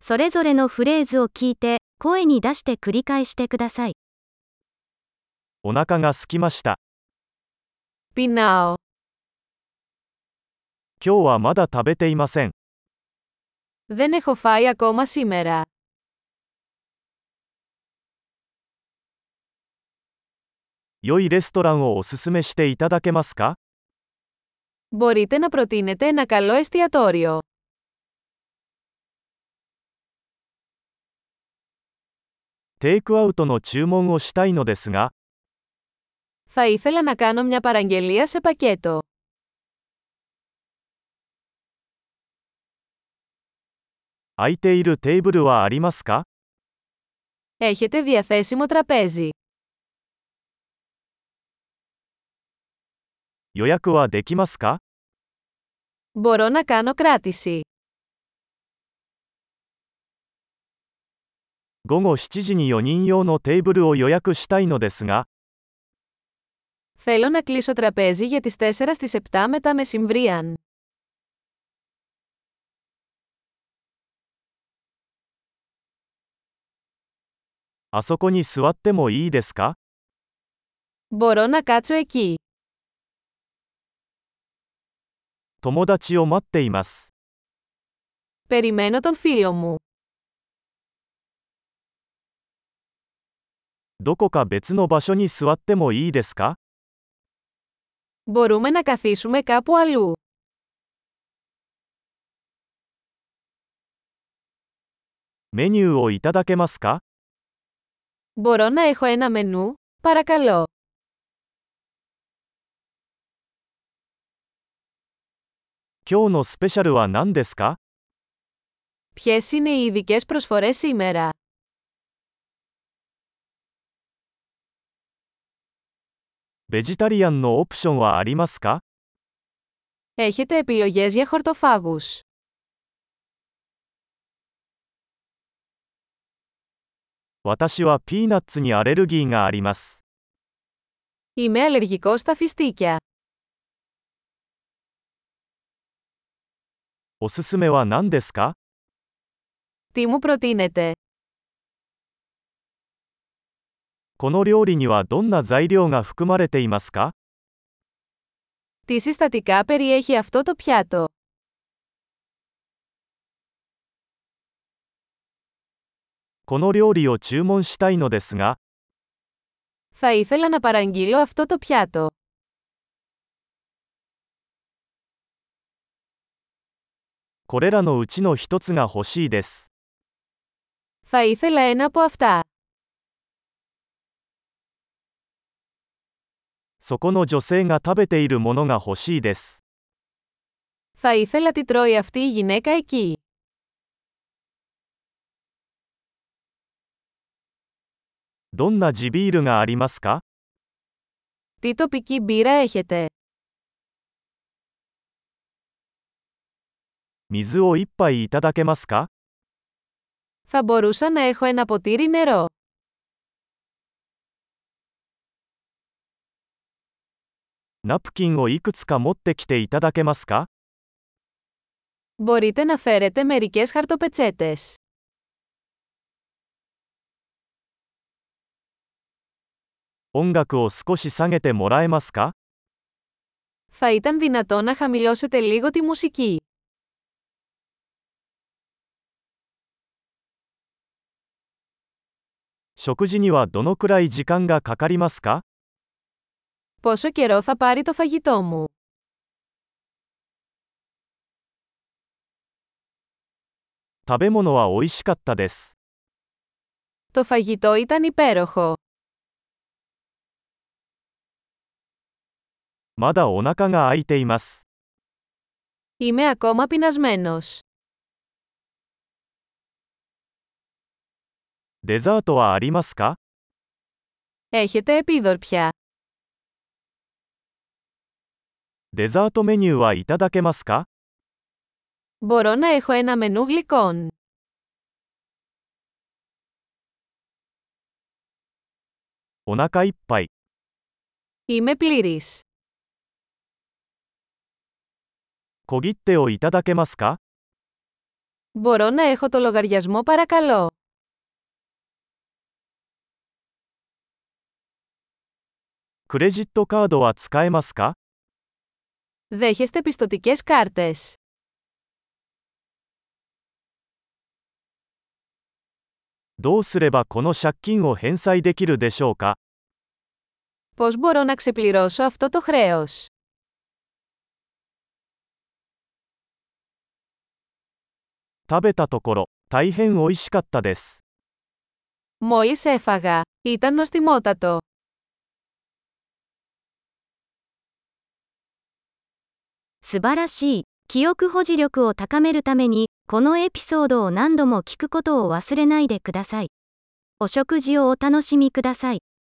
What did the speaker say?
それぞれのフレーズを聞いて、声に出して繰り返してください。お腹が空きました。 Πεινάω. 今日はまだ食べていません。 Δεν έχω φάει ακόμα σήμερα. 良いレストランをおすすめしていただけますか Μπορείτε να προτείνετε ένα καλό εστιατόριο. テイクアウトの注文をしたいのですが、 Θα ήθελα να κάνω μια παραγγελία σε πακέτο. 空いているテーブルはありますか Έχετε διαθέσιμο τραπέζι. 予約はできますか Μπορώ να κάνω κράτηση. 午後7時に4人用のテーブルを予約したいのですが、 Θέλω να κλείσω τραπέζι για τις 4 στις 7 μετά μεσημβρίαν. あそこに座ってもいいですか Μπορώ να κάτσω εκεί. 友達を待っています。 Περιμένω τον φίλο μου. どこか別の場所に座ってもいいですか Μπορούμε να καθίσουμε κάπου αλλού. メニューをいただけますか Μπορώ να έχω ένα μενού, παρακαλώ. 今日のスペシャルは何ですか Ποιες είναι οι ειδικέ προσφορές σήμερα. ベジタリアンのオプションはありますか Έχετε επιλογές για χορτοφάγους. 私はピーナッツにアレルギーがあります。 Είμαι αλλεργικός στα φιστίκια. おすすめは何ですか Τι μου προτείνετε. この料理にはどんな材料が含まれていますか Τι συστατικά περιέχει αυτό το πιάτο. この料理を注文したいのですが、 Θα ήθελα να παραγγείλω αυτό το πιάτο. これらのうちの一つが欲しいです。 Θα ήθελα ένα από αυτά. そこの女性が食べているものが欲しいです。 Θα ήθελα τι τρώει αυτή η γυναίκα εκεί. どんな地ビールがありますか Τι τοπική μπύρα έχετε. 水を一杯いただけますか Θα μπορούσα να έχω ένα ποτήρι νερό. ナプキンをいくつか持ってきていただけますか Μπορείτε να φέρετε μερικές χαρτοπετσέτες. 音楽を少し下げてもらえますか Θα ήταν δυνατό να χαμηλώσετε λίγο τη μουσική. 食事にはどのくらい時間がかかりますか Πόσο καιρό θα πάρει το φαγητό μου. 食べ物は美味しかったです。 Το φαγητό ήταν υπέροχο. まだお腹が空いています。 Είμαι ακόμα πεινασμένος. デザートはありますか Έχετε επίδορπια. デザートメニューはいただけますか Μπορώ να έχω ένα μενού γλυκών. お腹いっぱい。 Είμαι πλήρης. 小切手をいただけますか Μπορώ να έχω το λογαριασμό παρακαλώ. クレジットカードは使えますか Δέχεστε πιστοτικές κάρτες. どうすればこの借金を返済できるでしょうか Πώς μπορώ να ξεπληρώσω αυτό το χρέος. 食べたところ、大変美味しかったです。 Μόλις έφαγα. Ήταν νοστιμότατο. 素晴らしい。記憶保持力を高めるために、このエピソードを何度も聞くことを忘れないでください。お食事をお楽しみください。